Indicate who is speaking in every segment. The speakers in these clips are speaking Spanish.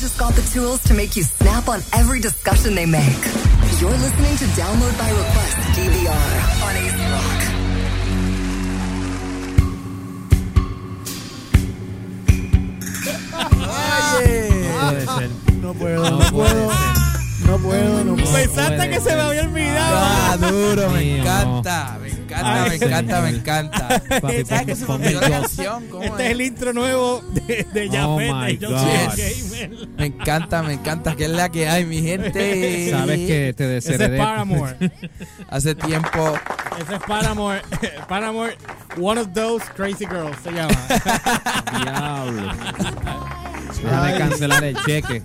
Speaker 1: just got the tools to make you snap on every discussion they make. You're listening to Download by Request DVR on AC Rock.
Speaker 2: No puedo, no puedo. No puedo, no puedo.
Speaker 3: Pensaste que se me había olvidado.
Speaker 4: Ah, duro, me
Speaker 2: mío.
Speaker 4: encanta, me encanta, me
Speaker 2: Ay.
Speaker 4: encanta, me encanta.
Speaker 2: Papi,
Speaker 4: ¿Sabes que se me
Speaker 2: ponme
Speaker 4: olvidó la
Speaker 2: yo.
Speaker 4: canción? ¿Cómo
Speaker 3: Este es
Speaker 4: es?
Speaker 3: el intro nuevo de, de Jafet,
Speaker 2: Oh my
Speaker 3: de Yo
Speaker 2: God.
Speaker 3: Soy Gamer.
Speaker 4: Me encanta, me encanta, que es la que hay, mi gente.
Speaker 2: Sabes que te
Speaker 3: Ese es
Speaker 2: desheredé.
Speaker 3: Paramore.
Speaker 4: Hace tiempo.
Speaker 3: Ese es Paramore. Paramore, One of Those Crazy Girls se llama.
Speaker 2: Diablo. Déjame cancelar el cheque.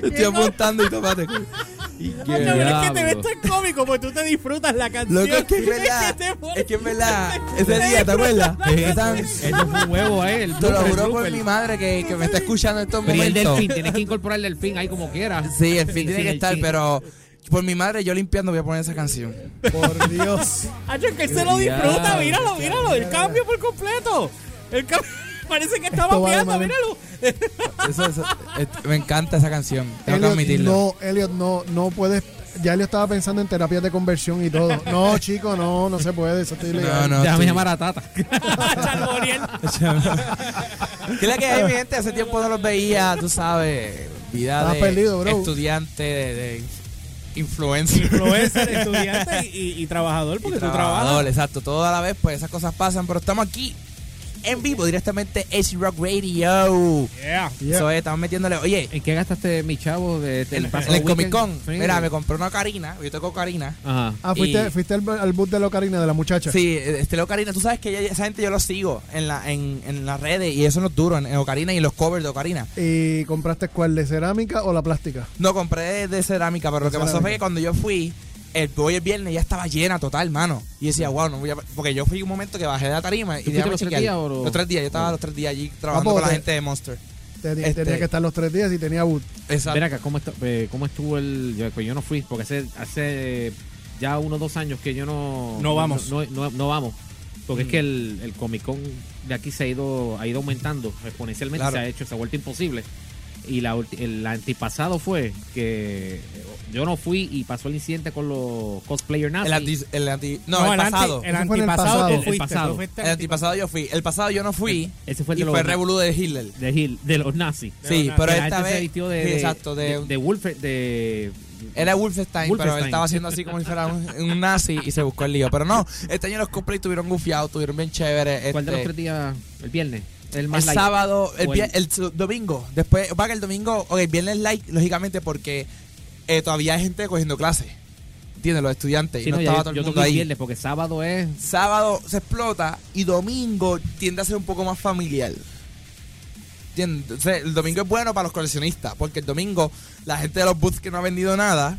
Speaker 4: Estoy apuntando y tomate.
Speaker 3: Coño, pero es que te
Speaker 2: diablo.
Speaker 3: ves tan cómico porque tú te disfrutas la canción.
Speaker 4: Loco, es que es
Speaker 3: Es
Speaker 4: verdad.
Speaker 3: que te pones-
Speaker 4: Es que es verdad. Ese día, ¿te acuerdas? Estaban-
Speaker 2: Eso fue un huevo, eh. El
Speaker 4: Te lo
Speaker 2: blooper,
Speaker 4: juro por
Speaker 2: blooper.
Speaker 4: mi madre que, que me está escuchando en estos
Speaker 2: Pero y el
Speaker 4: momentos.
Speaker 2: delfín, tienes que incorporar el delfín ahí como quieras.
Speaker 4: Sí, el fin tiene
Speaker 2: Sí,
Speaker 4: que
Speaker 2: el
Speaker 4: estar,
Speaker 2: fin.
Speaker 4: pero por mi madre yo limpiando voy a poner esa canción.
Speaker 5: Por Dios.
Speaker 3: Hacho, es que él se lo disfruta, míralo, míralo. El cambio por completo. El cambio. Parece que está
Speaker 5: Esto va de
Speaker 3: vapeando,
Speaker 5: madre.
Speaker 3: míralo.
Speaker 4: Eso, eso- et- me encanta esa canción, tengo que
Speaker 5: Elliot,
Speaker 4: admitirlo.
Speaker 5: no, Elliot, no, no puedes. Ya Elliot estaba pensando en terapias de conversión y todo. No, chico, no, no se puede. Eso está
Speaker 4: No,
Speaker 5: ilegal.
Speaker 4: no.
Speaker 2: Déjame
Speaker 4: sí.
Speaker 2: llamar a Tata.
Speaker 3: Charboniel.
Speaker 4: ¿Qué es la que hay, mi gente? Hace tiempo no los veía, tú sabes. Vida
Speaker 5: Estás
Speaker 4: de
Speaker 5: perdido, bro.
Speaker 4: estudiante, de, de influencer.
Speaker 3: Influencer, estudiante y, y- y trabajador, porque tú
Speaker 4: Trabajador,
Speaker 3: trabajas.
Speaker 4: exacto. Todo a la vez, pues esas cosas pasan, pero estamos aquí en vivo directamente AC Rock Radio.
Speaker 3: Yeah.
Speaker 5: Yeah.
Speaker 4: Eso es, estamos metiéndole. Oye,
Speaker 2: ¿En qué gastaste mi chavo de, del
Speaker 4: en,
Speaker 2: pasado
Speaker 4: en el Comic
Speaker 2: weekend?
Speaker 4: Con,
Speaker 2: Sí.
Speaker 4: mira, me compré una ocarina, yo toco ocarina.
Speaker 2: Ajá.
Speaker 5: Ah, fuiste,
Speaker 4: Y-
Speaker 5: fuiste al, al bus de la ocarina de la muchacha.
Speaker 4: Sí, este Ocarina, tú sabes que ella- esa gente yo lo sigo en, la, en, en las redes y eso no es duro, en, en Ocarina y en los covers de Ocarina.
Speaker 5: ¿Y compraste cuál? ¿De cerámica o la plástica?
Speaker 4: No, compré de, de cerámica, pero lo que pasó fue
Speaker 5: cerámica.
Speaker 4: que cuando yo fui, el hoy el viernes ya estaba llena total, mano. Y decía, wow, no voy a... Porque yo fui un momento que bajé de la tarima y
Speaker 2: ¿Tú fuiste
Speaker 4: déjame
Speaker 2: los tres
Speaker 4: chequear.
Speaker 2: días o no?
Speaker 4: Los tres días, yo estaba los tres días allí trabajando
Speaker 5: Ah,
Speaker 4: con la
Speaker 2: pues,
Speaker 4: gente
Speaker 5: porque-
Speaker 4: de Monster.
Speaker 5: Teni-
Speaker 4: Este-
Speaker 5: Tenía que estar los tres días y tenía bus.
Speaker 4: Exacto.
Speaker 2: Mira acá, ¿cómo, estu- eh, ¿cómo estuvo el...? Yo, pues yo no fui, porque hace, hace ya unos dos años que yo no...
Speaker 3: No vamos.
Speaker 2: No, no- no vamos. Porque es que
Speaker 4: Mm.
Speaker 2: el, el Comic Con de aquí se ha ido, ha ido aumentando exponencialmente,
Speaker 4: Claro.
Speaker 2: se ha hecho, se ha vuelto imposible. Y la, ulti- el antipasado fue que eh, yo no fui y pasó el incidente con los cosplayer nazis.
Speaker 4: el anti... El anti no, el
Speaker 3: anti-
Speaker 4: pasado.
Speaker 3: El
Speaker 5: Eso fue en el
Speaker 3: antipasado
Speaker 5: pasado.
Speaker 3: tú
Speaker 5: El
Speaker 3: fuiste.
Speaker 2: pasado.
Speaker 3: tú fuiste
Speaker 4: El antipasado yo fui. El pasado yo no fui.
Speaker 2: Ese fue el
Speaker 4: y
Speaker 2: de los,
Speaker 4: fue el revolú de Hitler.
Speaker 2: de, Gil- de los nazis.
Speaker 4: Sí,
Speaker 3: no,
Speaker 4: pero
Speaker 2: Que la
Speaker 4: esta
Speaker 2: gente
Speaker 4: vez...
Speaker 2: se vistió
Speaker 4: sí,
Speaker 2: de, de-
Speaker 4: exacto, de,
Speaker 2: de, de Wolfe- de-
Speaker 4: Era Wolfenstein, pero él
Speaker 2: Wolfenstein.
Speaker 4: estaba haciendo así como si fuera un, un nazi y se buscó el lío. Pero no, este año los cosplays estuvieron gufiados, estuvieron bien chéveres. Este,
Speaker 2: ¿Cuál de los tres días? El viernes. El
Speaker 4: el
Speaker 2: más light.
Speaker 4: sábado, el,
Speaker 2: O
Speaker 4: vier-
Speaker 2: el-
Speaker 4: el su- domingo. Después, va que el domingo, o el viernes light, lógicamente, porque eh, todavía hay gente cogiendo clases. ¿Entiendes? Los estudiantes. y
Speaker 2: Sí,
Speaker 4: no,
Speaker 2: no, ya
Speaker 4: estaba
Speaker 2: yo-
Speaker 4: todo el
Speaker 2: yo
Speaker 4: mundo
Speaker 2: toqué el
Speaker 4: ahí.
Speaker 2: viernes porque sábado es
Speaker 4: Sábado se explota y domingo tiende a ser un poco más familiar. ¿Entiendes? Entonces, el domingo es bueno para los coleccionistas, porque el domingo la gente de los booths que no ha vendido nada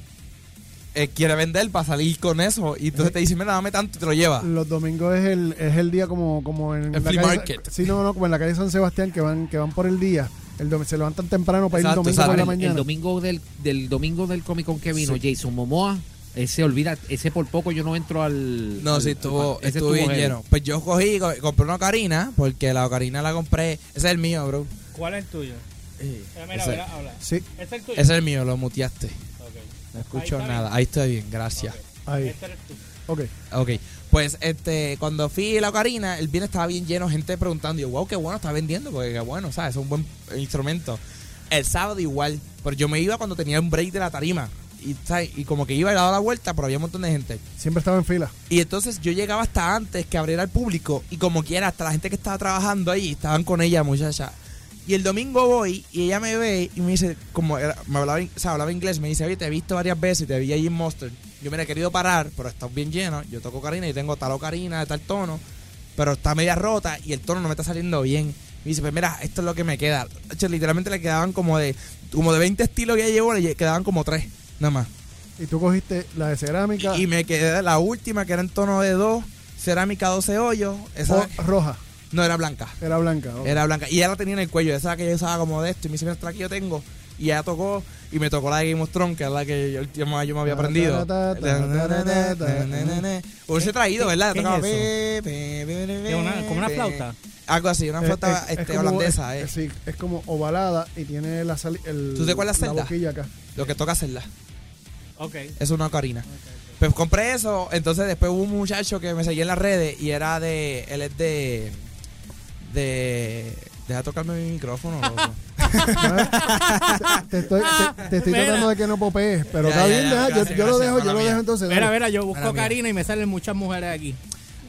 Speaker 4: eh, quiere vender para salir con eso. Y entonces te dicen, mira, dame tanto y te lo lleva.
Speaker 5: Los domingos es el, es el día como, como en
Speaker 4: Ah. El flea
Speaker 5: calle,
Speaker 4: market.
Speaker 5: Sí, no, no, como en la calle San Sebastián que van, que van por el día. El dom- se levantan temprano para
Speaker 4: Exacto,
Speaker 5: ir el
Speaker 4: exacto.
Speaker 5: domingo por la
Speaker 2: el, el
Speaker 5: mañana.
Speaker 2: domingo del, del domingo del Comic Con que vino Jason Momoa. Ese olvida, ese por poco yo no entro al.
Speaker 4: No,
Speaker 2: al-
Speaker 4: sí,
Speaker 2: al-
Speaker 4: estuvo,
Speaker 2: ese
Speaker 4: estuvo bien
Speaker 2: heavy.
Speaker 4: lleno. Pues yo cogí, co- compré una ocarina, porque la ocarina la compré. Ese es el mío, bro.
Speaker 3: ¿Cuál es el tuyo? Eh, Mira,
Speaker 4: Ese-
Speaker 3: mira, habla.
Speaker 5: Sí,
Speaker 3: ¿Ese es el tuyo?
Speaker 4: Ese es el mío, lo muteaste.
Speaker 3: Ok.
Speaker 4: No escucho
Speaker 3: Ahí está
Speaker 4: nada. Ahí estoy bien, gracias.
Speaker 5: ahí.
Speaker 3: Este eres tú.
Speaker 5: Ok.
Speaker 4: Ok, pues este, cuando fui a la ocarina, el bien estaba bien lleno, gente preguntando. y yo, wow, qué bueno está vendiendo, porque qué bueno, ¿sabes? Es un buen instrumento. El sábado igual, pero yo me iba cuando tenía un break de la tarima. Y, ¿sabes? y como que iba y daba la vuelta, pero había un montón de gente.
Speaker 5: Siempre estaba en fila.
Speaker 4: Y entonces yo llegaba hasta antes que abriera al público, y como quiera, hasta la gente que estaba trabajando ahí, estaban con ella, muchacha. Y el domingo voy y ella me ve y me dice, como era- me hablaba, in- o sea, hablaba inglés, me dice, oye, te he visto varias veces, te vi ahí en Monster. Yo me he querido parar, pero estás bien lleno. Yo toco carina y tengo tal ocarina de tal tono, pero está media rota y el tono no me está saliendo bien. Me dice, pues mira, esto es lo que me queda. Ocho, literalmente le quedaban como de como de 20 estilos que ella llevó, le quedaban como tres, nada más.
Speaker 5: Y tú cogiste la de cerámica
Speaker 4: Y, y me quedé la última, que era en tono de dos, cerámica 12 hoyos. Esa
Speaker 5: o roja.
Speaker 4: no era blanca.
Speaker 5: Era blanca. Oh. ok.
Speaker 4: Era blanca. Y ella la tenía en el cuello. Esa era la que yo usaba como de esto. Y me dice, mira, esta la que yo tengo. Y ella tocó, y me tocó la de Game of Thrones, que es la que yo, yo me yo me había aprendido. Hubiese traído, ¿verdad?
Speaker 3: qué es
Speaker 4: Tocaba,
Speaker 3: eso?
Speaker 4: "Be, be, be, be,
Speaker 3: Es una- como una
Speaker 4: be".
Speaker 3: flauta.
Speaker 4: Algo así, una flauta
Speaker 5: Eh, es- es
Speaker 4: este,
Speaker 5: como-
Speaker 4: holandesa,
Speaker 5: es-
Speaker 4: eh.
Speaker 5: Sí, es como ovalada y tiene la sal, el,
Speaker 4: ¿Tú te acuerdas
Speaker 5: la
Speaker 4: Zelda?
Speaker 5: boquilla acá.
Speaker 4: Lo que toca hacerla.
Speaker 3: Ok.
Speaker 4: Es una ocarina. Pues compré eso, entonces después hubo un muchacho que me seguía en las redes y era de. Él es de. De. Deja tocarme mi micrófono, loco.
Speaker 5: Te estoy, te, te estoy
Speaker 3: Mira.
Speaker 5: tratando de que no popees,
Speaker 4: Ya,
Speaker 5: pero está
Speaker 4: ya,
Speaker 5: bien,
Speaker 4: ya,
Speaker 5: deja, yo-
Speaker 4: gracias,
Speaker 5: yo, lo
Speaker 4: gracias,
Speaker 5: dejo, yo
Speaker 4: mala
Speaker 5: lo
Speaker 4: mía.
Speaker 5: dejo entonces.
Speaker 3: Mira,
Speaker 5: dale.
Speaker 3: mira, yo
Speaker 4: Ahora
Speaker 3: busco
Speaker 4: mira.
Speaker 3: Karina y me salen muchas mujeres aquí.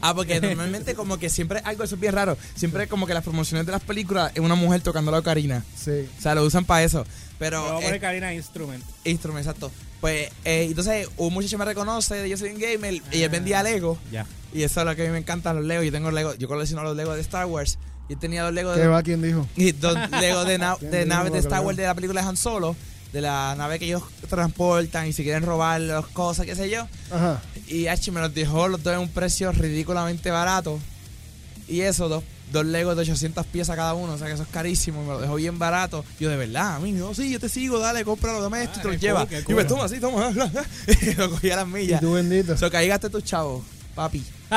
Speaker 4: Ah, porque normalmente como que siempre algo eso es bien raro. Siempre como que las promociones de las películas es una mujer tocando la ocarina.
Speaker 5: Sí.
Speaker 4: O sea, lo usan para eso.
Speaker 3: Me voy
Speaker 4: Pero
Speaker 3: a poner
Speaker 4: eh,
Speaker 3: Karina Instrument.
Speaker 4: instrumento, exacto. Pues eh, entonces un muchacho me reconoce, yo soy un gamer y él vendía Lego.
Speaker 3: Ya.
Speaker 4: Y eso es lo que a mí me encantan los Lego. Yo tengo Lego, yo colecciono los Lego de Star Wars. Yo tenía los Lego de
Speaker 5: ¿Qué va? ¿Quién dijo?
Speaker 4: Y dos Lego de, na-
Speaker 5: Bien,
Speaker 4: de
Speaker 5: bien,
Speaker 4: naves de
Speaker 5: bien,
Speaker 4: Star
Speaker 5: bien.
Speaker 4: Wars de la película de Han Solo, de la nave que ellos transportan y si quieren robar las cosas, qué sé yo.
Speaker 5: Ajá.
Speaker 4: Y H me los dejó los dos en un precio ridículamente barato. Y eso, dos, dos Legos de 800 piezas cada uno, o sea que eso es carísimo, me lo dejó bien barato. Yo, de verdad, a mí, no, sí, yo te sigo, dale, cómpralo, dame esto y te lo
Speaker 3: qué
Speaker 4: lleva.
Speaker 3: cool, qué
Speaker 4: y me
Speaker 3: cool.
Speaker 4: toma, sí, toma. y lo cogí a las
Speaker 5: Y
Speaker 4: millas.
Speaker 5: tú bendito.
Speaker 4: So que ahí gasté tus chavos, papi.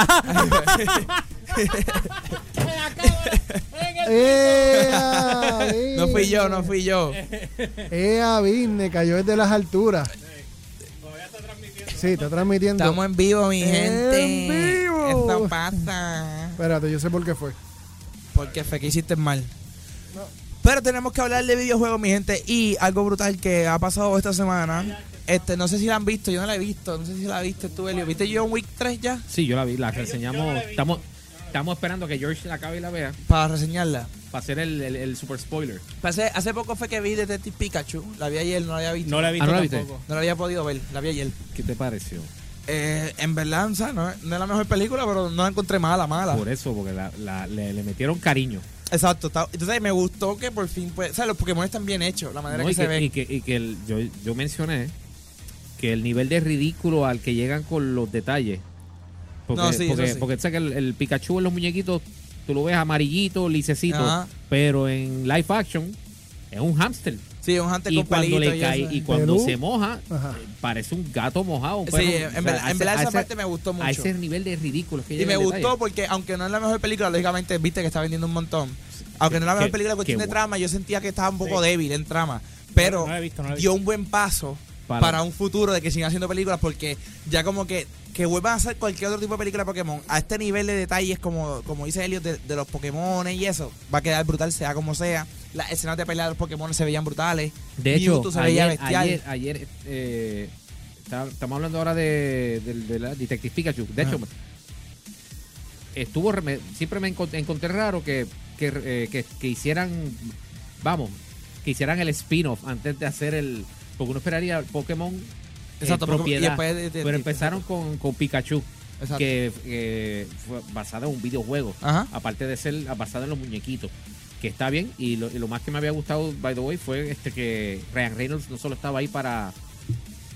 Speaker 5: ¡Ea!
Speaker 4: No fui yo, no fui yo.
Speaker 5: ¡Ea, Disney! Cayó desde las alturas. Sí, está transmitiendo.
Speaker 4: Estamos en vivo, mi
Speaker 5: ¡En
Speaker 4: gente.
Speaker 5: vivo!
Speaker 4: Esto pasa.
Speaker 5: Espérate, yo sé por qué fue.
Speaker 4: Porque fue que hiciste mal. Pero tenemos que hablar de videojuegos, mi gente. Y algo brutal que ha pasado esta semana. Este, no sé si la han visto, yo no la he visto. No sé si la viste tú, Elio. ¿Viste John Wick 3 ya?
Speaker 2: Sí, yo la vi, la reseñamos. Estamos, estamos esperando que George la acabe y la vea
Speaker 4: Para reseñarla.
Speaker 2: para hacer el, el- el super spoiler.
Speaker 4: Pasé- hace poco fue que vi Detective Pikachu. La vi ayer, no la había visto.
Speaker 3: No la he visto
Speaker 2: Ah, ¿no la viste?
Speaker 3: tampoco.
Speaker 4: No la había podido ver, la vi ayer.
Speaker 2: ¿Qué te pareció?
Speaker 4: Eh, en verdad, o sea, no, no es la mejor película, pero no la encontré mala, mala.
Speaker 2: Por eso, porque la- la- le, le metieron cariño.
Speaker 4: Exacto. está- entonces me gustó que por fin, pues, o sea, los Pokémon están bien hechos, la manera
Speaker 2: No,
Speaker 4: que
Speaker 2: y,
Speaker 4: se
Speaker 2: que,
Speaker 4: ven.
Speaker 2: y que- y que el- yo, yo mencioné que el nivel de ridículo al que llegan con los detalles. Porque,
Speaker 4: No, sí, eso
Speaker 2: porque,
Speaker 4: sí.
Speaker 2: porque tú sabes que el, el Pikachu en los muñequitos, tú lo ves amarillito, licecito,
Speaker 4: Ajá.
Speaker 2: pero en live action es un hámster.
Speaker 4: Sí, un hunter
Speaker 2: Y
Speaker 4: con
Speaker 2: cuando,
Speaker 4: pelito
Speaker 2: le
Speaker 4: y
Speaker 2: cae,
Speaker 4: eso.
Speaker 2: y cuando
Speaker 5: Pelú.
Speaker 2: se moja,
Speaker 5: Ajá.
Speaker 2: eh, parece un gato mojado. un
Speaker 4: Sí,
Speaker 2: perro.
Speaker 4: en
Speaker 2: O sea,
Speaker 4: verdad-
Speaker 2: a
Speaker 4: en
Speaker 2: ese-
Speaker 4: verdad
Speaker 2: a
Speaker 4: esa
Speaker 2: ese-
Speaker 4: parte me gustó
Speaker 2: A
Speaker 4: mucho.
Speaker 2: ese nivel de ridículo es que
Speaker 4: Y
Speaker 2: llega
Speaker 4: me
Speaker 2: el detalle.
Speaker 4: gustó porque, aunque no es la mejor película, lógicamente viste que está vendiendo un montón. Aunque no es la mejor
Speaker 2: Qué-
Speaker 4: película en cuestión
Speaker 2: qué
Speaker 4: de
Speaker 2: bu-
Speaker 4: trama, yo sentía que estaba un poco débil en trama. Pero
Speaker 3: No la he visto, no la he
Speaker 4: dio un buen paso para.
Speaker 2: Para-
Speaker 4: un futuro de que sigan haciendo películas porque ya como que, que vuelvan a hacer cualquier otro tipo de película de Pokémon a este nivel de detalles como, como dice Elliot de, de los Pokémon y eso va a quedar brutal sea como sea las escenas de pelea de los Pokémon se veían brutales
Speaker 2: De hecho,
Speaker 4: Mewtwo se veía
Speaker 2: ayer,
Speaker 4: bestial
Speaker 2: ayer, ayer, eh, está- estamos hablando ahora de, de- de la Detective Pikachu. De
Speaker 4: Ah.
Speaker 2: hecho, estuvo re- me- siempre me encont- encontré raro que, que, eh, que- que hicieran, vamos, que hicieran el spin-off antes de hacer el... Porque uno esperaría el Pokémon eh,
Speaker 4: Exacto, Pokémon- y
Speaker 2: propiedad,
Speaker 4: después de- de- de-
Speaker 2: pero empezaron con, con Pikachu,
Speaker 4: Exacto.
Speaker 2: que eh, fue basado en un videojuego,
Speaker 4: Ajá.
Speaker 2: aparte de ser basado en los muñequitos que está bien y lo, y lo más que me había gustado by the way fue este que Ryan Reynolds no solo estaba ahí para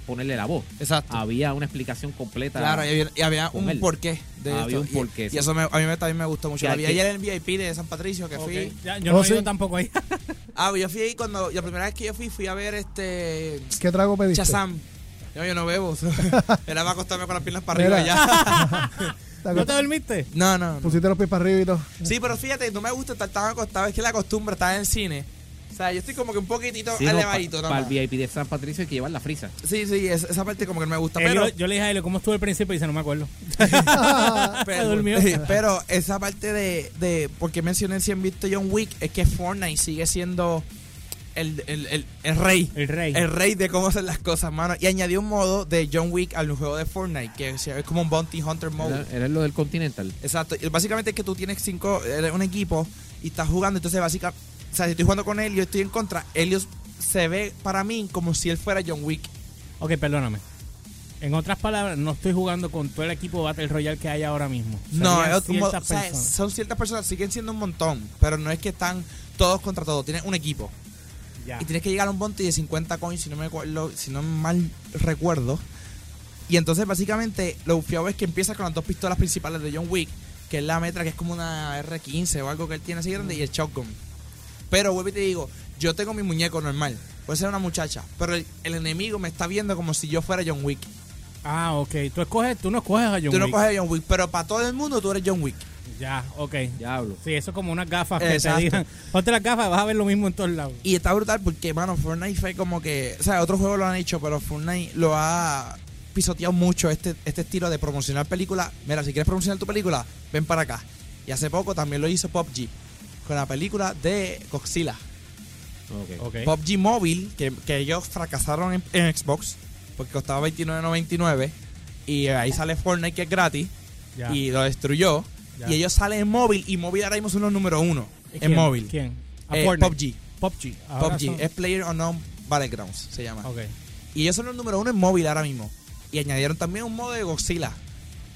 Speaker 2: ponerle la voz
Speaker 4: exacto
Speaker 2: había una explicación completa
Speaker 4: Claro, y había, y había
Speaker 2: con
Speaker 4: un
Speaker 2: él. Ah,
Speaker 4: porqué de
Speaker 2: Había
Speaker 4: esto.
Speaker 2: un
Speaker 4: Y-
Speaker 2: porqué,
Speaker 4: Y,
Speaker 2: sí.
Speaker 4: eso me- a mí me- también me gustó mucho.
Speaker 2: Que
Speaker 4: La vi
Speaker 2: aquí-
Speaker 4: ayer en el VIP de San Patricio que fui.
Speaker 3: Ok. Ya, yo
Speaker 5: Oh,
Speaker 3: no he ido
Speaker 5: sí.
Speaker 3: tampoco ahí.
Speaker 4: Ah, yo fui ahí cuando. La primera vez que yo fui, fui a ver este.
Speaker 5: ¿Qué trago pediste?
Speaker 4: Chazam. No, yo no bebo. Era para acostarme con las piernas para
Speaker 5: Mira.
Speaker 4: arriba ya.
Speaker 5: ¿Te
Speaker 3: ¿No
Speaker 5: acuerdas?
Speaker 3: te dormiste?
Speaker 4: No, no. no.
Speaker 5: Pusiste los pies para arriba y todo.
Speaker 4: Sí, pero fíjate, no me gusta estar tan acostado. Es que la costumbre está en el cine. O sea, yo estoy como que un poquitito elevadito. nada
Speaker 2: para el
Speaker 4: más.
Speaker 2: VIP de San Patricio hay que llevar la frisa
Speaker 4: Sí, sí, es- esa parte como que no me gusta.
Speaker 3: Eh,
Speaker 4: Pero,
Speaker 3: yo, yo le dije a él cómo estuvo el principio y dice, no me acuerdo.
Speaker 4: pero,
Speaker 3: Se durmió.
Speaker 4: sí, pero esa parte de, de porque mencioné si han visto John Wick es que Fortnite sigue siendo el, el, el, el rey
Speaker 3: El rey.
Speaker 4: el rey de cómo hacer las cosas mano y añadió un modo de John Wick al juego de Fortnite que es es como un bounty hunter mode
Speaker 2: era, era lo del Continental
Speaker 4: exacto y básicamente es que tú tienes cinco eres un equipo y estás jugando entonces básicamente o sea si estoy jugando con él yo estoy en contra Helios se ve para mí como si él fuera John Wick
Speaker 3: Ok, perdóname. En otras palabras, no estoy jugando con todo el equipo Battle Royale que hay ahora mismo.
Speaker 4: No,
Speaker 3: Serían
Speaker 4: es un mo-
Speaker 3: ciertas
Speaker 4: o sea,
Speaker 3: personas.
Speaker 4: son ciertas personas, siguen siendo un montón, pero no es que están todos contra todos, tienes un equipo.
Speaker 3: Ya.
Speaker 4: Y tienes que llegar a un bounty de 50 coins, si no me acuerdo- si no mal recuerdo. Y entonces básicamente lo fiado es que empiezas con las dos pistolas principales de John Wick, que es la metra, que es como una
Speaker 3: Mm.
Speaker 4: R15 o algo que él tiene así grande, y el shotgun. Pero vuelvo y te digo, yo tengo mi muñeco normal. puede ser una muchacha, pero el, el enemigo me está viendo como si yo fuera John Wick.
Speaker 3: Ah, ok. Tú, escoges, tú no escoges a John
Speaker 4: tú no
Speaker 3: Wick.
Speaker 4: coges a John Wick, pero para todo el mundo tú eres John Wick.
Speaker 3: Ya, ok.
Speaker 2: Diablo.
Speaker 3: Sí, eso es como unas gafas
Speaker 4: Exacto.
Speaker 3: que te digan. Ponte las gafas, vas a ver lo mismo en todos lados.
Speaker 4: Y está brutal porque, mano, Fortnite fue como que. O sea, otros juegos lo han hecho, pero Fortnite lo ha pisoteado mucho este, este estilo de promocionar películas. Mira, si quieres promocionar tu película, ven para acá. Y hace poco también lo hizo PUBG con la película de Godzilla.
Speaker 2: Ok.
Speaker 3: Ok.
Speaker 4: PUBG Mobile, que, que ellos fracasaron en, en Xbox porque costaba 29.99 y ahí sale Fortnite que es gratis
Speaker 3: Ya.
Speaker 4: y lo destruyó.
Speaker 3: Ya.
Speaker 4: Y ellos salen en móvil y móvil ahora mismo son los número uno en
Speaker 3: ¿Quién?
Speaker 4: móvil.
Speaker 3: ¿Quién? A
Speaker 4: Eh,
Speaker 3: Fortnite.
Speaker 4: PUBG.
Speaker 3: PUBG. Ahora
Speaker 4: PUBG,
Speaker 3: son-
Speaker 4: es Player Unknown Battlegrounds, se llama.
Speaker 3: Ok.
Speaker 4: Y ellos son los número uno en móvil ahora mismo. Y añadieron también un modo de Godzilla.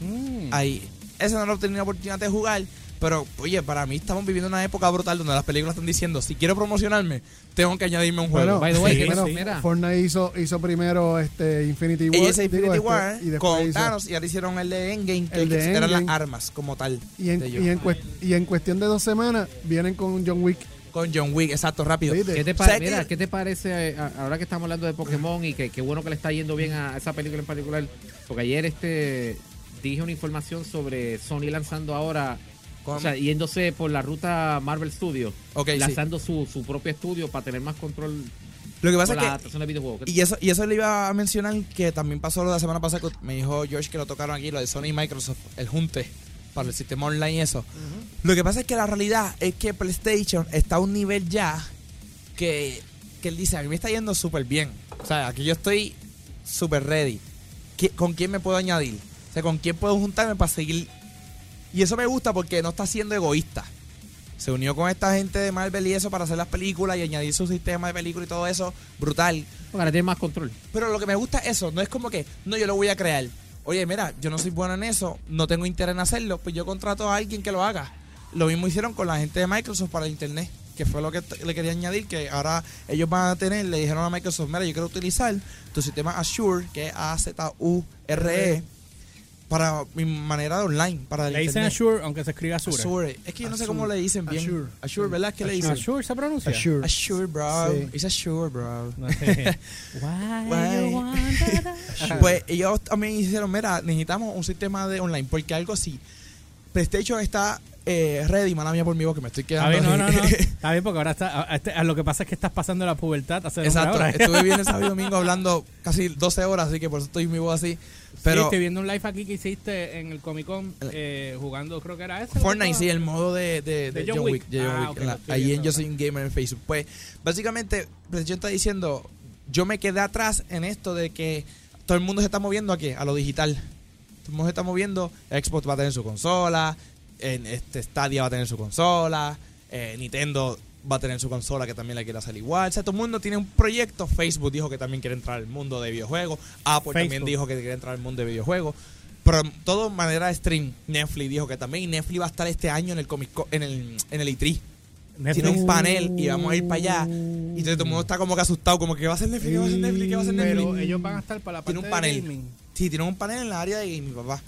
Speaker 3: Mm.
Speaker 4: Ahí. Ese no lo he tenido oportunidad de jugar. Pero, oye, para mí estamos viviendo una época brutal donde las películas están diciendo, si quiero promocionarme, tengo que añadirme un juego.
Speaker 5: Bueno,
Speaker 2: By the way,
Speaker 5: sí,
Speaker 2: que-
Speaker 5: bueno,
Speaker 2: mira.
Speaker 5: Fortnite hizo, hizo primero este Infinity War.
Speaker 4: Ellos hizo
Speaker 5: digo,
Speaker 4: Infinity
Speaker 5: este,
Speaker 4: War
Speaker 5: y después
Speaker 4: con
Speaker 5: hizo-
Speaker 4: Thanos y ahora hicieron el de Endgame, que,
Speaker 5: El de
Speaker 4: eran
Speaker 5: Endgame.
Speaker 4: las armas como tal.
Speaker 5: Y en,
Speaker 4: de
Speaker 5: y,
Speaker 4: ellos.
Speaker 5: en cuest- y en cuestión de dos semanas vienen con John Wick.
Speaker 4: Con John Wick, exacto, rápido.
Speaker 5: ¿viste?
Speaker 2: ¿Qué te,
Speaker 4: ¿Sabes
Speaker 2: parece?
Speaker 4: qué?
Speaker 2: mira, ¿Qué te parece eh, a- ahora que estamos hablando de Pokémon y que qué bueno que le está yendo bien a esa película en particular? Porque ayer este dije una información sobre Sony lanzando ahora,
Speaker 4: Con-
Speaker 2: o sea, yéndose por la ruta Marvel Studios,
Speaker 4: Ok, sí.
Speaker 2: lanzando su, su propio estudio para tener más control
Speaker 4: Lo que
Speaker 2: con
Speaker 4: pasa es
Speaker 2: la
Speaker 4: que
Speaker 2: adaptación de videojuegos.
Speaker 4: Y eso, y eso le iba a mencionar que también pasó lo de la semana pasada que me dijo George que lo tocaron aquí, lo de Sony y Microsoft, el junte para el sistema online y eso. Lo que pasa es que la realidad es que PlayStation está a un nivel ya que, que él dice, a mí me está yendo súper bien. O sea, aquí yo estoy súper ready. ¿Qui- ¿Con quién me puedo añadir? O sea, ¿con quién puedo juntarme para seguir? Y eso me gusta porque no está siendo egoísta. Se unió con esta gente de Marvel y eso para hacer las películas y añadir su sistema de película y todo eso. Brutal.
Speaker 2: Porque ahora tiene más control.
Speaker 4: Pero lo que me gusta es eso, no es como que, no, yo lo voy a crear. Oye, mira, yo no soy bueno en eso, no tengo interés en hacerlo, pues yo contrato a alguien que lo haga. Lo mismo hicieron con la gente de Microsoft para el Internet, que fue lo que t- le quería añadir, que ahora ellos van a tener, le dijeron a Microsoft, mira, yo quiero utilizar tu sistema Azure, que es A-Z-U-R-E, E, para mi manera de online, para el
Speaker 3: Le dicen
Speaker 4: Internet.
Speaker 3: Azure, aunque se escribe Azure.
Speaker 4: Azure. Es que yo no sé cómo le dicen bien. Azure,
Speaker 5: Azure.
Speaker 4: ¿verdad? ¿Qué le dicen? Azure,
Speaker 3: Azure se pronuncia.
Speaker 5: Azure.
Speaker 4: bro.
Speaker 5: Sí.
Speaker 4: It's Azure, bro.
Speaker 3: No sé.
Speaker 4: Why? Pues ellos también hicieron, mira, necesitamos un sistema de online, porque algo así. PlayStation está eh, ready, mala mía por mi voz, que me estoy
Speaker 3: Está
Speaker 4: quedando.
Speaker 3: bien, no, no,
Speaker 4: así.
Speaker 3: no. Está bien, porque ahora está. a- a este- a lo que pasa es que estás pasando la pubertad hace
Speaker 4: Exacto,
Speaker 3: una hora.
Speaker 4: estuve bien el sábado y domingo hablando casi 12 horas, así que por eso estoy mi voz así.
Speaker 3: Sí,
Speaker 4: Pero
Speaker 3: estoy viendo un live aquí que hiciste en el Comic Con eh, jugando, creo que era ese.
Speaker 4: Fortnite, sí,
Speaker 3: el
Speaker 4: el modo de, de- de
Speaker 3: De John
Speaker 4: John Wick.
Speaker 3: Wick.
Speaker 4: de John
Speaker 3: Ah,
Speaker 4: Wick,
Speaker 3: ok,
Speaker 4: en la-
Speaker 3: lo estoy
Speaker 4: ahí en
Speaker 3: viendo
Speaker 4: Yo Soy un Gamer en Facebook. Pues básicamente, PlayStation está diciendo, yo me quedé atrás en esto de que todo el mundo se está moviendo a qué? A lo digital. Todo el mundo se está moviendo, Xbox va a tener su consola, en este Stadia va a tener su consola, eh, Nintendo va a tener su consola que también la quiere hacer igual. O sea, todo el mundo tiene un proyecto. Facebook dijo que también quiere entrar al mundo de videojuegos. Apple también
Speaker 3: Facebook.
Speaker 4: dijo que quiere entrar al mundo de videojuegos. Pero todo manera de stream. Netflix dijo que también. Y Netflix va a estar este año en el Comic Con- en el, en el E3. Tiene un panel y vamos a ir para allá. Y entonces todo el mundo está como que asustado, como que va a ser Netflix, ¿Qué va a ser Netflix, ¿Qué va a ser Netflix.
Speaker 3: Pero ellos van a estar para la parte
Speaker 4: Tiene un
Speaker 3: de
Speaker 4: panel.
Speaker 3: gaming.
Speaker 4: Sí, tienen un panel en la área de gaming, papá.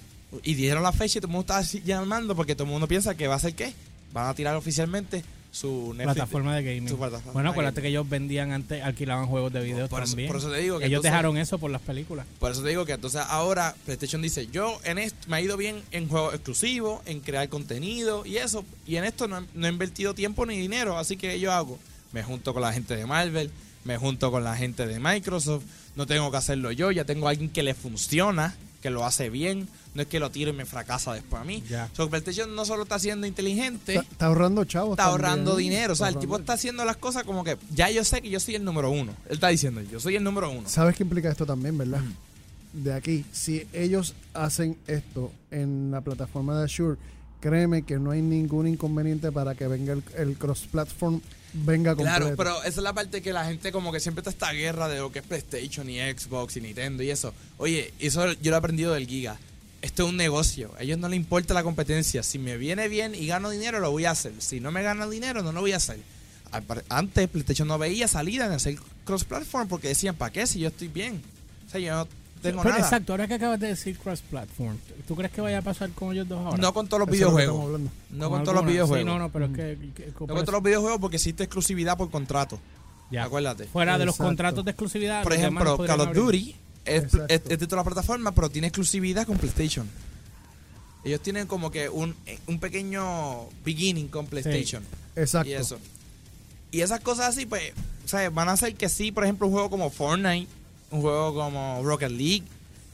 Speaker 4: Y dijeron la fecha y todo el mundo está así llamando porque todo el mundo piensa que va a ser qué. Van a tirar oficialmente su Netflix.
Speaker 3: Plataforma de gaming.
Speaker 4: Su plataforma
Speaker 3: Bueno, acuérdate
Speaker 4: de
Speaker 3: que ellos vendían antes, alquilaban juegos de video
Speaker 4: Por eso,
Speaker 3: también.
Speaker 4: por eso te digo que
Speaker 3: ellos
Speaker 4: entonces-
Speaker 3: dejaron eso por las películas.
Speaker 4: Por eso te digo que entonces ahora PlayStation dice, yo en esto me ha ido bien en juegos exclusivos, en crear contenido y eso, y en esto no he, no he invertido tiempo ni dinero, así que yo hago, me junto con la gente de Marvel, me junto con la gente de Microsoft, no tengo que hacerlo yo, ya tengo a alguien que le funciona, que lo hace bien, no es que lo tiro y me fracasa después a mí.
Speaker 3: Ya.
Speaker 4: So, PlayStation no solo está siendo inteligente,
Speaker 5: Está, está ahorrando chavos.
Speaker 4: está
Speaker 5: también. ¿eh?
Speaker 4: ahorrando dinero, o sea, el tipo
Speaker 5: ahorrando-
Speaker 4: está haciendo las cosas como que ya yo sé que yo soy el número uno, él está diciendo, yo soy el número uno.
Speaker 5: ¿Sabes qué implica esto también, verdad?
Speaker 2: Mm.
Speaker 5: De aquí, si ellos hacen esto en la plataforma de Azure, créeme que no hay ningún inconveniente para que venga el, el cross-platform, venga completo.
Speaker 4: Claro, pero esa es la parte que la gente como que siempre está esta guerra de lo que es PlayStation y Xbox y Nintendo y eso. Oye, eso yo lo he aprendido del Giga. Esto es un negocio. A ellos no les importa la competencia. Si me viene bien y gano dinero, lo voy a hacer. Si no me gana dinero, no lo voy a hacer. Apar- Antes PlayStation no veía salida en hacer cross-platform porque decían, ¿para qué? Si yo estoy bien. O sea, yo no tengo
Speaker 3: Pero
Speaker 4: nada.
Speaker 3: exacto, ahora que acabas de decir cross-platform, ¿tú crees que vaya a pasar con ellos dos ahora? Mm.
Speaker 4: No con todos los
Speaker 5: Eso es lo que estamos
Speaker 4: videojuegos.
Speaker 5: hablando.
Speaker 4: No con todos los
Speaker 3: alguna.
Speaker 4: videojuegos.
Speaker 3: Sí, no, no, pero es que... que-
Speaker 4: No con todos los videojuegos porque existe exclusividad por contrato.
Speaker 3: Ya.
Speaker 4: Acuérdate.
Speaker 3: Fuera de los
Speaker 5: Exacto.
Speaker 3: contratos de exclusividad.
Speaker 4: Por
Speaker 3: Ah, los demás
Speaker 4: ejemplo,
Speaker 3: podrían
Speaker 4: Call of
Speaker 3: abrir.
Speaker 4: Duty es,
Speaker 5: Exacto.
Speaker 4: es- es de toda la plataforma, pero tiene exclusividad con PlayStation. Ellos tienen como que un, un pequeño beginning con PlayStation.
Speaker 5: Exacto.
Speaker 4: Y eso. Y esas cosas así, pues, ¿sabes? Van a hacer que sí, por ejemplo, un juego como Fortnite, un juego como Rocket League,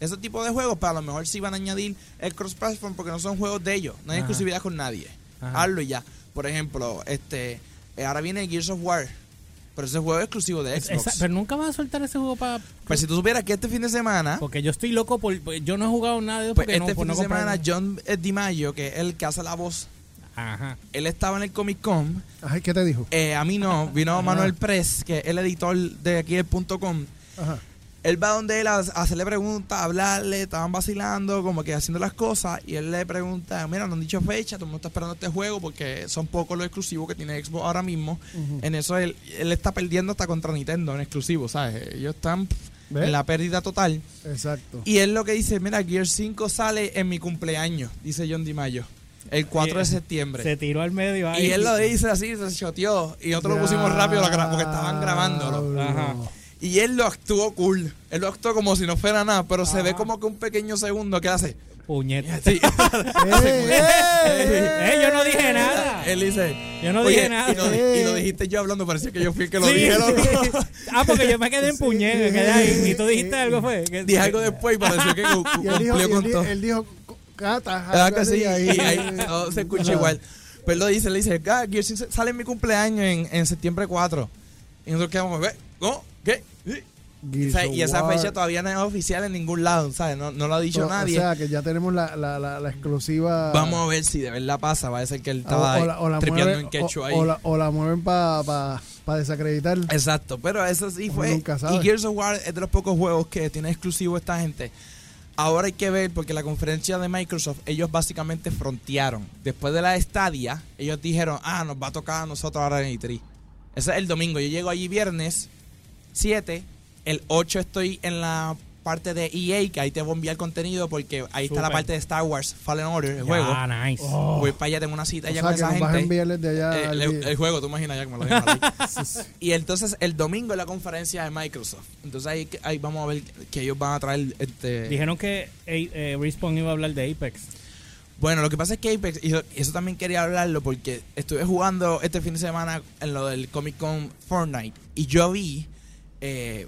Speaker 4: ese tipo de juegos, para a lo mejor sí van a añadir el cross-platform porque no son juegos de ellos. No hay
Speaker 3: Ajá.
Speaker 4: exclusividad con nadie.
Speaker 3: Ajá.
Speaker 4: Hazlo y ya. Por ejemplo, este eh, ahora viene Gears of War, pero ese juego es exclusivo de
Speaker 3: Es-
Speaker 4: Xbox.
Speaker 3: esa- pero nunca vas a soltar ese juego para.
Speaker 4: Pues si tú supieras que este fin de semana,
Speaker 3: Porque yo estoy loco por. pues, Yo no he jugado nada de eso
Speaker 4: pues
Speaker 3: porque no,
Speaker 4: este
Speaker 3: por
Speaker 4: fin
Speaker 3: no
Speaker 4: de
Speaker 3: comprar
Speaker 4: semana,
Speaker 3: nada.
Speaker 4: John eh, DiMaggio, que es el que hace la voz,
Speaker 3: Ajá.
Speaker 4: él estaba en el Comic Con.
Speaker 5: Ay, ¿qué te dijo?
Speaker 4: eh, a mí no, vino Manuel Press, que es el editor de aquí del punto com.
Speaker 5: Ajá.
Speaker 4: Él va donde él a, a hacerle preguntas, a hablarle, estaban vacilando, como que haciendo las cosas, y él le pregunta, mira, no han dicho fecha, todo el mundo está esperando este juego porque son pocos los exclusivos que tiene Xbox ahora mismo.
Speaker 5: Ujú.
Speaker 4: En eso él, él está perdiendo hasta contra Nintendo en exclusivo, ¿sabes? Ellos están pff,
Speaker 5: ¿Ves?
Speaker 4: en la pérdida total.
Speaker 5: Exacto.
Speaker 4: Y él lo que dice, mira, Gear 5 sale en mi cumpleaños, dice John DiMaggio, el 4 de
Speaker 3: Sí.
Speaker 4: septiembre.
Speaker 3: Se tiró al medio ahí.
Speaker 4: Y él lo dice así, se choteó. Y nosotros lo pusimos rápido la gra- porque estaban grabándolo.
Speaker 5: Diablo.
Speaker 3: Ajá.
Speaker 4: Y él lo actuó cool. Él lo actuó como si no fuera nada, pero se
Speaker 3: Ah.
Speaker 4: ve como que un pequeño segundo que hace.
Speaker 3: Puñeta.
Speaker 4: Sí.
Speaker 5: Eh,
Speaker 3: Eh, yo no dije nada.
Speaker 4: Él dice.
Speaker 3: Yo no
Speaker 4: "Oye,
Speaker 3: dije nada.
Speaker 4: Y lo, y lo dijiste yo hablando, parecía que yo fui el que lo
Speaker 3: Sí,
Speaker 4: dije. loco".
Speaker 3: sí. Ah, porque yo me quedé en puñeta. me quedé ahí. Y tú dijiste
Speaker 5: Eh,
Speaker 3: algo, fue. Que-
Speaker 4: Dije algo después y pareció que cu- cu-
Speaker 5: Y él dijo,
Speaker 4: cumplió
Speaker 5: y él
Speaker 4: con
Speaker 5: di-
Speaker 4: todo.
Speaker 5: él dijo, "Co- Cata,
Speaker 4: Ah,
Speaker 5: jálgale
Speaker 4: que sí. Y
Speaker 5: ahí".
Speaker 4: ahí todo se escucha
Speaker 5: Ajá.
Speaker 4: igual. Pero él lo dice, le dice, ah, Gears Sin- sale en mi cumpleaños en, en septiembre 4. Y nosotros quedamos, "¿Ve? ¿Cómo? ¿Qué? ¿Sí?".
Speaker 5: Gears
Speaker 4: ¿Sabes? Y
Speaker 5: of
Speaker 4: esa
Speaker 5: War.
Speaker 4: fecha todavía no es oficial en ningún lado, ¿sabes? No, no lo ha dicho
Speaker 5: O-
Speaker 4: nadie.
Speaker 5: O sea, que ya tenemos la, la, la, la exclusiva.
Speaker 4: Vamos a ver si de verdad pasa. Va a ser que él
Speaker 5: O-
Speaker 4: estaba
Speaker 5: o la- o la
Speaker 4: tripeando
Speaker 5: mueven-
Speaker 4: en quechua
Speaker 5: o-
Speaker 4: ahí.
Speaker 5: O la, o la mueven para pa, pa desacreditar.
Speaker 4: Exacto, pero eso sí
Speaker 5: Uno
Speaker 4: fue.
Speaker 5: nunca sabe.
Speaker 4: Y Gears of War es de los pocos juegos que tiene exclusivo esta gente. Ahora hay que ver, porque la conferencia de Microsoft, ellos básicamente frontearon. Después de la estadia, ellos dijeron, ah, nos va a tocar a nosotros ahora en E3. Ese es el domingo. Yo llego allí viernes 7. El 8 estoy en la parte de EA, que ahí te voy a enviar contenido, porque ahí está la
Speaker 3: Súper.
Speaker 4: parte de Star Wars Fallen Order, el
Speaker 3: Ya,
Speaker 4: juego.
Speaker 3: nice.
Speaker 4: Voy para allá, tengo una cita
Speaker 5: o
Speaker 4: allá
Speaker 5: sea,
Speaker 4: con
Speaker 5: que
Speaker 4: esa
Speaker 5: nos vas a
Speaker 4: gente.
Speaker 5: enviarles de allá.
Speaker 4: Eh,
Speaker 5: al
Speaker 4: el,
Speaker 5: día.
Speaker 4: el juego, tú imaginas ya que me lo dejan ahí. Y entonces el domingo es la conferencia de Microsoft. Entonces ahí, ahí vamos a ver que ellos van a traer este.
Speaker 3: Dijeron que eh, eh, Respawn iba a hablar de Apex.
Speaker 4: Bueno, lo que pasa es que Apex, y yo- y eso también quería hablarlo porque estuve jugando este fin de semana en lo del Comic Con Fortnite y yo vi eh,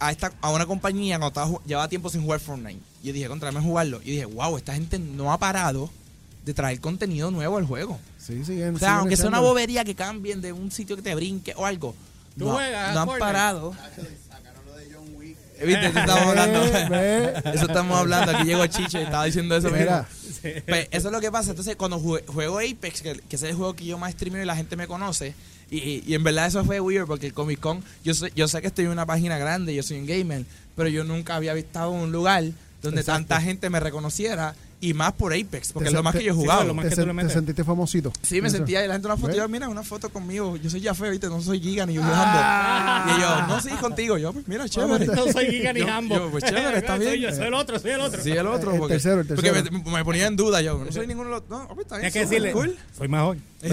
Speaker 4: a, esta, a una compañía que llevaba tiempo sin jugar Fortnite. Yo dije, contra, déjame jugarlo. Y dije, wow, esta gente no ha parado de traer contenido nuevo al juego.
Speaker 5: Sí, sí, en-
Speaker 4: O sea,
Speaker 5: siguen
Speaker 4: aunque sea una
Speaker 5: echando.
Speaker 4: bobería que cambien de un sitio que te brinque o algo.
Speaker 2: Tú
Speaker 4: No,
Speaker 2: juegas
Speaker 4: no han
Speaker 2: Fortnite.
Speaker 4: parado. Eh, Viste, eso estamos hablando.
Speaker 5: Ve, ve.
Speaker 4: Eso estamos hablando. Aquí llegó Chicho y estaba diciendo eso.
Speaker 5: eh, Mira,
Speaker 4: mismo. Pues, eso es lo que pasa. Entonces, cuando jugué- juego Apex, que, que es el juego que yo más streameo y la gente me conoce, y, y- y en verdad eso fue weird porque el Comic Con, yo, sé- yo sé que estoy en una página grande, yo soy un gamer, pero yo nunca había visitado un lugar donde
Speaker 5: Exacto.
Speaker 4: tanta gente me reconociera y más por Apex, porque
Speaker 5: Te
Speaker 4: es lo
Speaker 5: sen-
Speaker 4: más que yo he
Speaker 5: te-
Speaker 4: jugado.
Speaker 3: sí, lo más
Speaker 5: te,
Speaker 3: que
Speaker 5: sen-
Speaker 3: tú le
Speaker 5: te
Speaker 3: metes.
Speaker 5: sentiste famosito.
Speaker 4: Sí, me
Speaker 5: Eso.
Speaker 4: sentía y la gente una foto.
Speaker 5: ¿Ves?
Speaker 4: Y yo, mira, una foto conmigo. Yo soy ya feo, ¿viste? No soy Giga ni un
Speaker 3: Ah.
Speaker 4: Y yo, no, sí, contigo. Yo, pues mira, chévere.
Speaker 3: No soy Giga ni
Speaker 4: Yo-
Speaker 3: Jambo.
Speaker 4: yo, pues, chévere, está bien.
Speaker 3: Soy yo, soy el otro, soy el otro.
Speaker 4: Sí, el otro.
Speaker 5: El
Speaker 4: porque,
Speaker 5: tercero, el
Speaker 4: porque
Speaker 5: tercero.
Speaker 4: me, me ponía en duda. Yo, no soy ninguno de los. No, pues, está bien.
Speaker 3: Tienes que
Speaker 4: sí,
Speaker 3: decirle,
Speaker 4: Cool.
Speaker 3: soy mejor.
Speaker 4: Sí.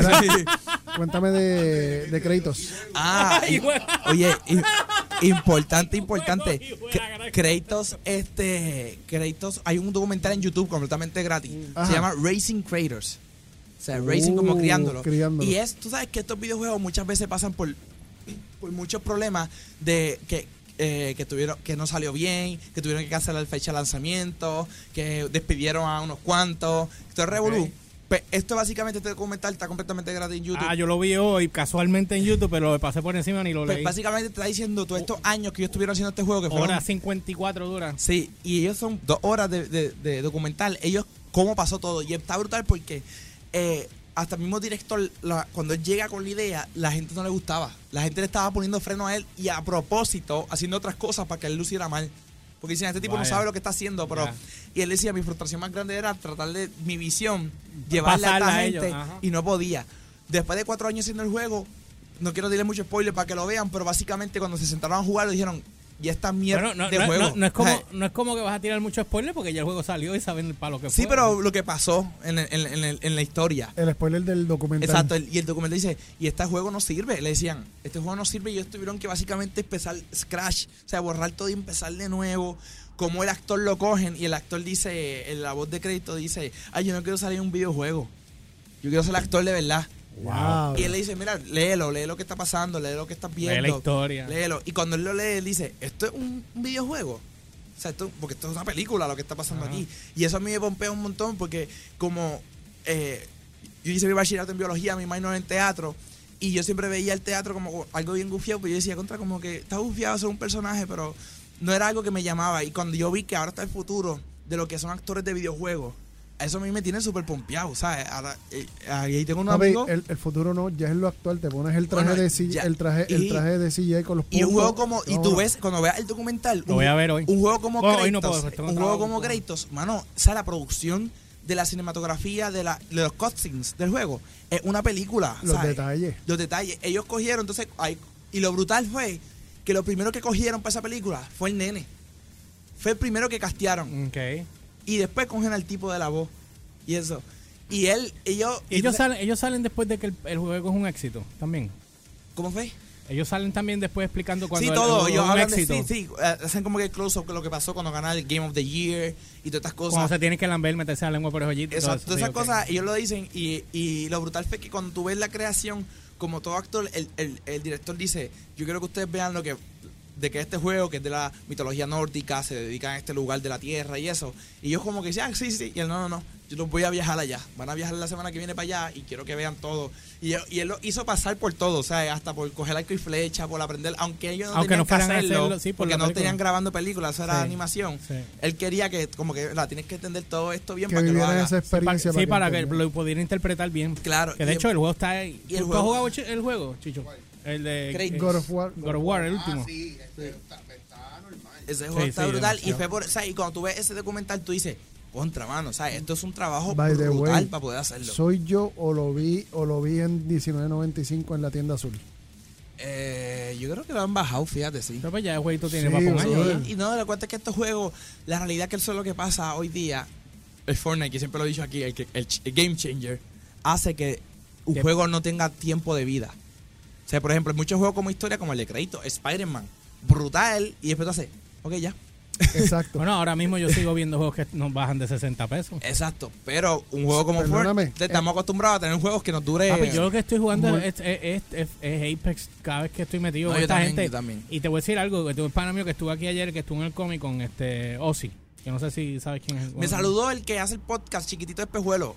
Speaker 5: Cuéntame de, de créditos.
Speaker 4: Ah,
Speaker 3: Ay,
Speaker 4: y-
Speaker 3: güey.
Speaker 4: oye, y- importante, importante.
Speaker 3: Ay, güey,
Speaker 4: Que-
Speaker 3: la gran-
Speaker 4: Kratos, este, Kratos, hay un documental en YouTube completamente gratis.
Speaker 5: Ajá.
Speaker 4: Se llama Racing Kratos. O sea, Racing como
Speaker 5: Uh,
Speaker 4: criándolo.
Speaker 5: criándolo.
Speaker 4: Y es, tú sabes que estos videojuegos muchas veces pasan por, por muchos problemas de que, eh, que tuvieron, que no salió bien, que tuvieron que cancelar la fecha de lanzamiento, que despidieron a unos cuantos. Esto es revolú.
Speaker 3: Ok.
Speaker 4: Pe- Esto básicamente, este documental está completamente gratis en YouTube.
Speaker 3: Ah, yo lo vi hoy casualmente en YouTube, pero lo pasé por encima ni lo
Speaker 4: Pues
Speaker 3: leí. Oh.
Speaker 4: básicamente te está diciendo todos estos años que yo estuvieron haciendo este juego que fueron.
Speaker 3: Hora 54 dura.
Speaker 4: Sí, y ellos son dos horas de, de- de documental. Ellos, cómo pasó todo. Y está brutal porque eh, hasta el mismo director, la- cuando él llega con la idea, la gente no le gustaba. La gente le estaba poniendo freno a él y a propósito haciendo otras cosas para que él luciera mal. Porque dicen, este tipo no
Speaker 3: Vaya.
Speaker 4: sabe lo que está haciendo, pero...
Speaker 3: Ya.
Speaker 4: Y él decía, mi frustración más grande era tratar de mi visión, llevarla a esta
Speaker 3: Pasarla a ellos,
Speaker 4: gente
Speaker 3: ajá.
Speaker 4: y no podía. Después de cuatro años haciendo el juego, no quiero decirle mucho spoiler para que lo vean, pero básicamente cuando se sentaron a jugar, le dijeron, y estas
Speaker 3: Bueno,
Speaker 4: mierdas
Speaker 3: no,
Speaker 4: de
Speaker 3: no-
Speaker 4: juego.
Speaker 3: no- no es
Speaker 4: O
Speaker 3: como,
Speaker 4: sea,
Speaker 3: no es como que vas a tirar mucho spoiler porque ya el juego salió y saben el palo que
Speaker 4: sí,
Speaker 3: fue.
Speaker 4: pero lo que pasó en, el- en, el- en el- en la historia.
Speaker 5: El spoiler del documental.
Speaker 4: Exacto, el- y el documento dice, y este juego no sirve. Le decían, este juego no sirve y ellos tuvieron que básicamente empezar Scratch, o sea, borrar todo y empezar de nuevo. Como el actor lo cogen y el actor dice, en la voz de crédito dice, ay, yo no quiero salir en un videojuego. Yo quiero ser actor de verdad.
Speaker 5: Wow.
Speaker 4: Y él le dice, mira, léelo, lee lo que está pasando, lee lo que estás viendo.
Speaker 3: la historia.
Speaker 4: Léelo. Y cuando él lo lee, él dice, esto es un un videojuego. O sea, esto, porque esto es una película lo que está pasando aquí. Y eso a mí me pompea un montón porque como eh, yo hice mi bachillerato en biología, mi minor en teatro, y yo siempre veía el teatro como algo bien gufiado, pero yo decía, contra, como que está gufiado ser un personaje, pero no era algo que me llamaba. Y cuando yo vi que ahora está el futuro de lo que son actores de videojuegos, eso a mí me tiene súper pompeado, ¿sabes? Ahora, eh, ahí tengo un
Speaker 5: Papi,
Speaker 4: amigo...
Speaker 5: el, el futuro no, ya es lo actual. Te pones el traje
Speaker 4: Bueno,
Speaker 5: de CGI,
Speaker 4: ya.
Speaker 5: el traje, el
Speaker 4: Y-
Speaker 5: traje de CGI con los puntos.
Speaker 4: Y un juego como. Y tú
Speaker 5: No.
Speaker 4: ves, cuando veas el documental.
Speaker 3: Lo
Speaker 4: un-
Speaker 3: voy a ver hoy.
Speaker 4: Un juego como
Speaker 3: Bueno,
Speaker 4: Kratos.
Speaker 3: hoy no puedo, porque tengo
Speaker 4: un
Speaker 3: trabajo.
Speaker 4: juego como Kratos, mano. O sea, la producción de la cinematografía, de, la, de los cutscenes del juego. Es una película.
Speaker 5: los
Speaker 4: ¿sabes?
Speaker 5: detalles.
Speaker 4: Los detalles. Ellos cogieron, entonces. hay- y lo brutal fue que lo primero que cogieron para esa película fue el nene. Fue el primero que castearon.
Speaker 3: Mm. Ok.
Speaker 4: Y después cogen al tipo de la voz. Y eso. Y él, ellos.
Speaker 3: Ellos salen, ellos salen después de que el, el juego es un éxito también.
Speaker 4: ¿Cómo fue?
Speaker 3: Ellos salen también después explicando cuando
Speaker 4: sí,
Speaker 3: el-
Speaker 4: todo.
Speaker 3: el
Speaker 4: Ellos
Speaker 3: juego es
Speaker 4: hablan
Speaker 3: un
Speaker 4: de,
Speaker 3: éxito.
Speaker 4: sí, sí. eh, Hacen como que close up lo que pasó cuando gana el Game of the Year y todas estas
Speaker 3: Cuando
Speaker 4: cosas.
Speaker 3: se tienen que lamber, meterse la lengua por el joyito. y todo
Speaker 4: Exacto,
Speaker 3: eso,
Speaker 4: todas
Speaker 3: sí,
Speaker 4: esas
Speaker 3: ok.
Speaker 4: cosas ellos lo dicen y, y lo brutal fue que cuando tú ves la creación, como todo actor, el, el- el director dice, yo quiero que ustedes vean lo que de que este juego, que es de la mitología nórdica, se dedica a este lugar de la tierra y eso. Y yo como que decía, ah, sí, sí, y él, no, no, no, yo los voy a viajar allá. Van a viajar la semana que viene para allá y quiero que vean todo. Y, yo- y él lo hizo pasar por todo, o sea, hasta por coger arco y flecha, por aprender, aunque ellos no
Speaker 3: Aunque
Speaker 4: tenían
Speaker 3: no
Speaker 4: que
Speaker 3: fueran a
Speaker 4: hacerlo,
Speaker 3: hacerlo, sí, por
Speaker 4: porque
Speaker 3: la
Speaker 4: no
Speaker 3: película.
Speaker 4: tenían grabando películas, eso era
Speaker 3: Sí,
Speaker 4: animación.
Speaker 3: sí.
Speaker 4: Él quería que, como que, la tienes que entender todo esto bien
Speaker 5: Que
Speaker 4: para que lo
Speaker 5: vivieran
Speaker 4: hagas.
Speaker 5: esa experiencia.
Speaker 3: sí, para que
Speaker 5: entender.
Speaker 3: lo pudieran interpretar bien.
Speaker 4: Claro.
Speaker 3: Que de
Speaker 4: y-
Speaker 3: hecho el juego está ahí.
Speaker 4: y el
Speaker 3: ¿Tú
Speaker 4: juego-
Speaker 3: has jugado chi- el juego, Chicho? El de
Speaker 4: Kratos.
Speaker 5: God of War.
Speaker 3: God of War, el último.
Speaker 6: Ah, sí, este, está, está normal.
Speaker 4: ese juego
Speaker 3: Sí,
Speaker 4: está
Speaker 3: sí,
Speaker 4: brutal. Y
Speaker 3: demasiado.
Speaker 4: fue por, o sea, y cuando tú ves ese documental, tú dices, contra mano, o sea, esto es un trabajo
Speaker 5: By the way,
Speaker 4: brutal para poder hacerlo.
Speaker 5: Soy yo o lo vi o lo vi en 1995 en la tienda azul.
Speaker 4: Eh, yo creo que lo han bajado, fíjate, sí.
Speaker 3: No, pues ya el jueguito tiene
Speaker 5: Sí,
Speaker 3: más para un
Speaker 5: sí.
Speaker 3: año, ¿verdad?
Speaker 4: Y, y no, lo cuenta es que estos juegos, la realidad que eso es lo que pasa hoy día, el Fortnite, que siempre lo he dicho aquí, el, que- el ch- el Game Changer, hace que un
Speaker 3: Que-
Speaker 4: juego no tenga tiempo de vida. O sea, por ejemplo, hay muchos juegos como historia, como el de crédito, Spider-Man, brutal, y después tú haces, ok, ya.
Speaker 5: Exacto.
Speaker 3: Bueno, ahora mismo yo sigo viendo juegos que nos bajan de 60 pesos.
Speaker 4: Exacto, pero un juego como
Speaker 5: Perdóname.
Speaker 4: Fortnite, estamos acostumbrados a tener juegos que nos dure.
Speaker 3: Papi, yo lo que estoy jugando
Speaker 5: Muy-
Speaker 3: es, es- es- es Apex cada vez que estoy metido
Speaker 4: No, yo
Speaker 3: con esta
Speaker 4: también,
Speaker 3: gente.
Speaker 4: yo también.
Speaker 3: Y te voy a decir algo, que tuve un pana mío que estuvo aquí ayer, que estuvo en el cómic con este Ozzy. Que no sé si sabes quién es.
Speaker 4: Me
Speaker 3: Bueno,
Speaker 4: saludó el que hace el podcast, chiquitito espejuelo.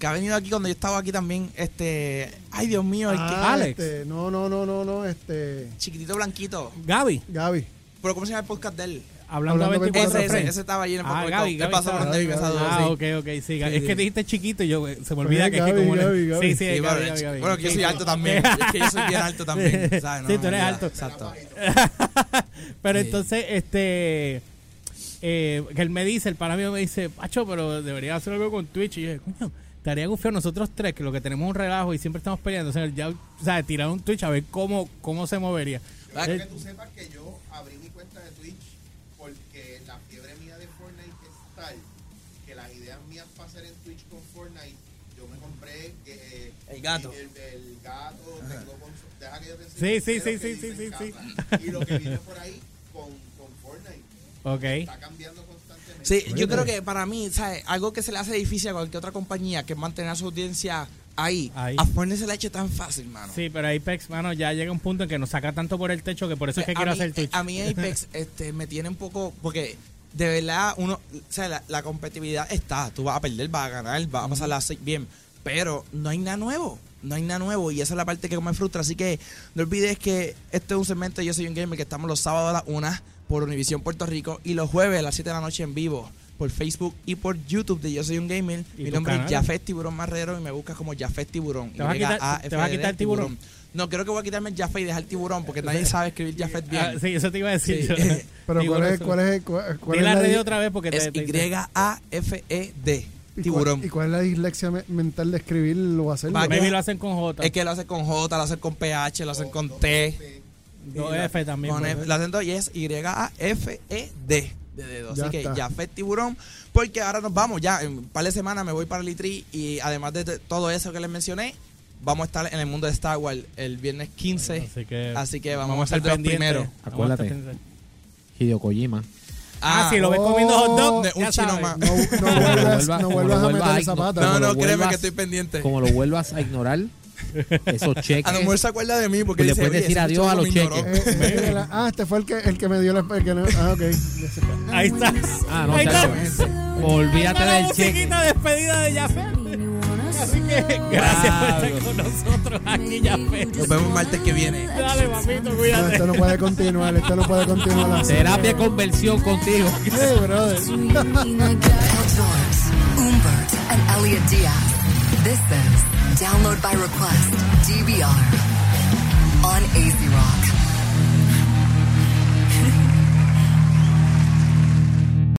Speaker 4: Que ha venido aquí cuando yo estaba aquí también. Este. Ay, Dios mío, el que-
Speaker 5: Ah,
Speaker 3: Alex.
Speaker 5: este, no, no, no, no, no, este
Speaker 4: Chiquitito blanquito.
Speaker 3: Gaby,
Speaker 5: Gaby.
Speaker 4: Pero ¿cómo se llama el podcast de él?
Speaker 3: hablando, a
Speaker 5: Hablando
Speaker 3: 24
Speaker 4: Ese, ese,
Speaker 3: frames.
Speaker 4: ese estaba allí en el
Speaker 3: Ah,
Speaker 4: podcast.
Speaker 3: Gaby,
Speaker 4: Él
Speaker 3: Gaby
Speaker 4: pasó por
Speaker 3: estaba-
Speaker 4: donde me saludó.
Speaker 3: Ah,
Speaker 4: sí.
Speaker 3: ok, ok, sí. Gaby.
Speaker 4: Sí,
Speaker 3: es que
Speaker 4: sí.
Speaker 3: dijiste chiquito y yo eh, se me olvida
Speaker 5: Oye,
Speaker 3: que es que
Speaker 5: Gaby,
Speaker 3: como le-
Speaker 5: Gaby, Gaby.
Speaker 3: Sí, sí,
Speaker 4: Sí,
Speaker 3: es
Speaker 4: pero-
Speaker 3: Gaby, Gaby, Gaby.
Speaker 4: Bueno, que yo soy
Speaker 3: Sí.
Speaker 4: alto también. es que yo soy bien alto también. ¿sabes? No,
Speaker 3: Sí,
Speaker 4: no,
Speaker 3: tú eres
Speaker 4: ya,
Speaker 3: alto.
Speaker 4: Exacto.
Speaker 3: Pero
Speaker 4: Sí.
Speaker 3: entonces, este. eh, que él me dice, el pana mío me dice, Pacho, pero debería hacer algo con Twitch. Y yo dije, coño, estaría gufio nosotros tres, que lo que tenemos es un relajo y siempre estamos peleando. O sea, ya, o sea, tirar un Twitch a ver cómo, cómo se movería.
Speaker 4: Ah,
Speaker 6: Yo quiero
Speaker 3: Eh,
Speaker 6: que tú sepas que yo abrí mi cuenta de Twitch porque la fiebre mía de Fortnite es tal que las ideas mías para hacer en Twitch con Fortnite, yo me compré eh,
Speaker 4: El gato.
Speaker 6: El, el gato, tengo cons- deja que yo te
Speaker 3: Sí, sí,
Speaker 6: enseñe
Speaker 3: sí, sí,
Speaker 6: lo que hice
Speaker 3: sí,
Speaker 6: en
Speaker 3: sí,
Speaker 6: casa. Y lo que viene por ahí con, con Fortnite
Speaker 3: ok.
Speaker 6: está cambiando constantemente.
Speaker 4: Sí, yo creo que para mí, ¿sabes? Algo que se le hace difícil a cualquier otra compañía que es mantener a su audiencia ahí.
Speaker 3: Ahí.
Speaker 4: A Fortnite se le ha hecho tan fácil, mano.
Speaker 3: Sí, pero Apex, mano, ya llega un punto en que nos saca tanto por el techo que por eso es que
Speaker 4: Eh,
Speaker 3: quiero
Speaker 4: a mí,
Speaker 3: hacer Twitch.
Speaker 4: eh, A mí Apex este, me tiene un poco. Porque de verdad, uno. O sea, la, la competitividad está. Tú vas a perder, vas a ganar, vas a pasarla así, bien. Pero no hay nada nuevo. No hay nada nuevo. Y esa es la parte que me frustra. Así que no olvides que este es un segmento de Yo Soy un Gamer que estamos los sábados a las 1 por Univisión Puerto Rico y los jueves a las 7 de la noche en vivo por Facebook y por YouTube de Yo Soy un Gamer.
Speaker 3: ¿Y
Speaker 4: Mi
Speaker 3: tus
Speaker 4: nombre
Speaker 3: canales?
Speaker 4: es Jafet Tiburón Marrero y me buscas como Jafet Tiburón.
Speaker 3: ¿Te vas a quitar-
Speaker 4: YAFET
Speaker 3: te vas a quitar el tiburón?
Speaker 4: No, creo que voy a quitarme el Jafet y dejar tiburón porque nadie sabe escribir Jafet bien.
Speaker 3: Ah, sí, eso te iba a decir
Speaker 4: Sí.
Speaker 3: yo.
Speaker 5: Pero
Speaker 3: Digo,
Speaker 5: cuál es
Speaker 3: eso.
Speaker 5: cuál es cuál, cuál
Speaker 3: Di
Speaker 5: es
Speaker 3: la red
Speaker 5: di-
Speaker 3: otra vez porque te-
Speaker 4: Es
Speaker 3: te-
Speaker 4: Y-A-F-E-D.
Speaker 5: y cuál-
Speaker 4: E Tiburón.
Speaker 5: ¿Y cuál es la dislexia me- mental de escribir o hacerlo?
Speaker 4: Va,
Speaker 3: Maybe lo hacen con J.
Speaker 4: Es que lo hace con J, lo hace con PH, lo hacen con T.
Speaker 3: Dos F también.
Speaker 4: Con
Speaker 3: pues.
Speaker 4: F, el acento y es Y-A-F-E-D. De dedo. Así
Speaker 5: Ya
Speaker 4: que
Speaker 5: está.
Speaker 4: ya Fed Tiburón. Porque ahora nos vamos. Ya en un par de semanas me voy para el E3. Y además de t- todo eso que les mencioné, vamos a estar en el mundo de Star Wars el viernes 15.
Speaker 3: Así que,
Speaker 4: Así que vamos a ser de los
Speaker 3: pendientes.
Speaker 4: primeros.
Speaker 3: Vamos a
Speaker 2: Acuérdate.
Speaker 3: estar pendientes.
Speaker 2: Hideo Kojima.
Speaker 3: Ah, si lo ves
Speaker 5: oh,
Speaker 3: comiendo hot dog,
Speaker 4: de un
Speaker 3: ya
Speaker 4: chino
Speaker 3: sabes.
Speaker 4: más.
Speaker 5: No, no vuelvas,
Speaker 2: vuelva-
Speaker 5: no
Speaker 2: como
Speaker 5: vuelvas
Speaker 2: lo
Speaker 5: a meter
Speaker 2: vuelva-
Speaker 5: esa pata. Eh,
Speaker 4: No,
Speaker 2: Como
Speaker 4: no,
Speaker 2: lo
Speaker 4: créeme
Speaker 2: vuelvas-
Speaker 4: que estoy pendiente.
Speaker 2: Como lo vuelvas a ignorar, esos
Speaker 4: A lo mejor
Speaker 2: cheques.
Speaker 4: se acuerda de mí porque
Speaker 2: Pues
Speaker 4: dice,
Speaker 2: le puedes
Speaker 4: "Oye,
Speaker 2: decir
Speaker 4: ese
Speaker 2: adiós a
Speaker 4: muchacho
Speaker 2: los
Speaker 4: me ignoró".
Speaker 2: cheques.
Speaker 5: Eh, eh, la- ah, este fue el que, el que me dio la. el que no- ah, ok.
Speaker 3: Ahí está.
Speaker 2: Ah, no,
Speaker 3: Ahí está.
Speaker 2: exactamente. Olvídate
Speaker 3: Ahí está la
Speaker 2: del cheque.
Speaker 3: musiquita de despedida de Jaffe. Así que gracias por estar con nosotros aquí, Jaffe.
Speaker 4: Nos vemos martes que viene.
Speaker 3: Dale, papito,
Speaker 5: No,
Speaker 3: cuídate.
Speaker 5: esto no puede continuar, esto no puede continuar así.
Speaker 2: Terapia conversión contigo.
Speaker 5: Eh, brother.
Speaker 1: Cal George, Umbert, and Elliot Diaz. This is Download by Request, DBR, on AZ Rock.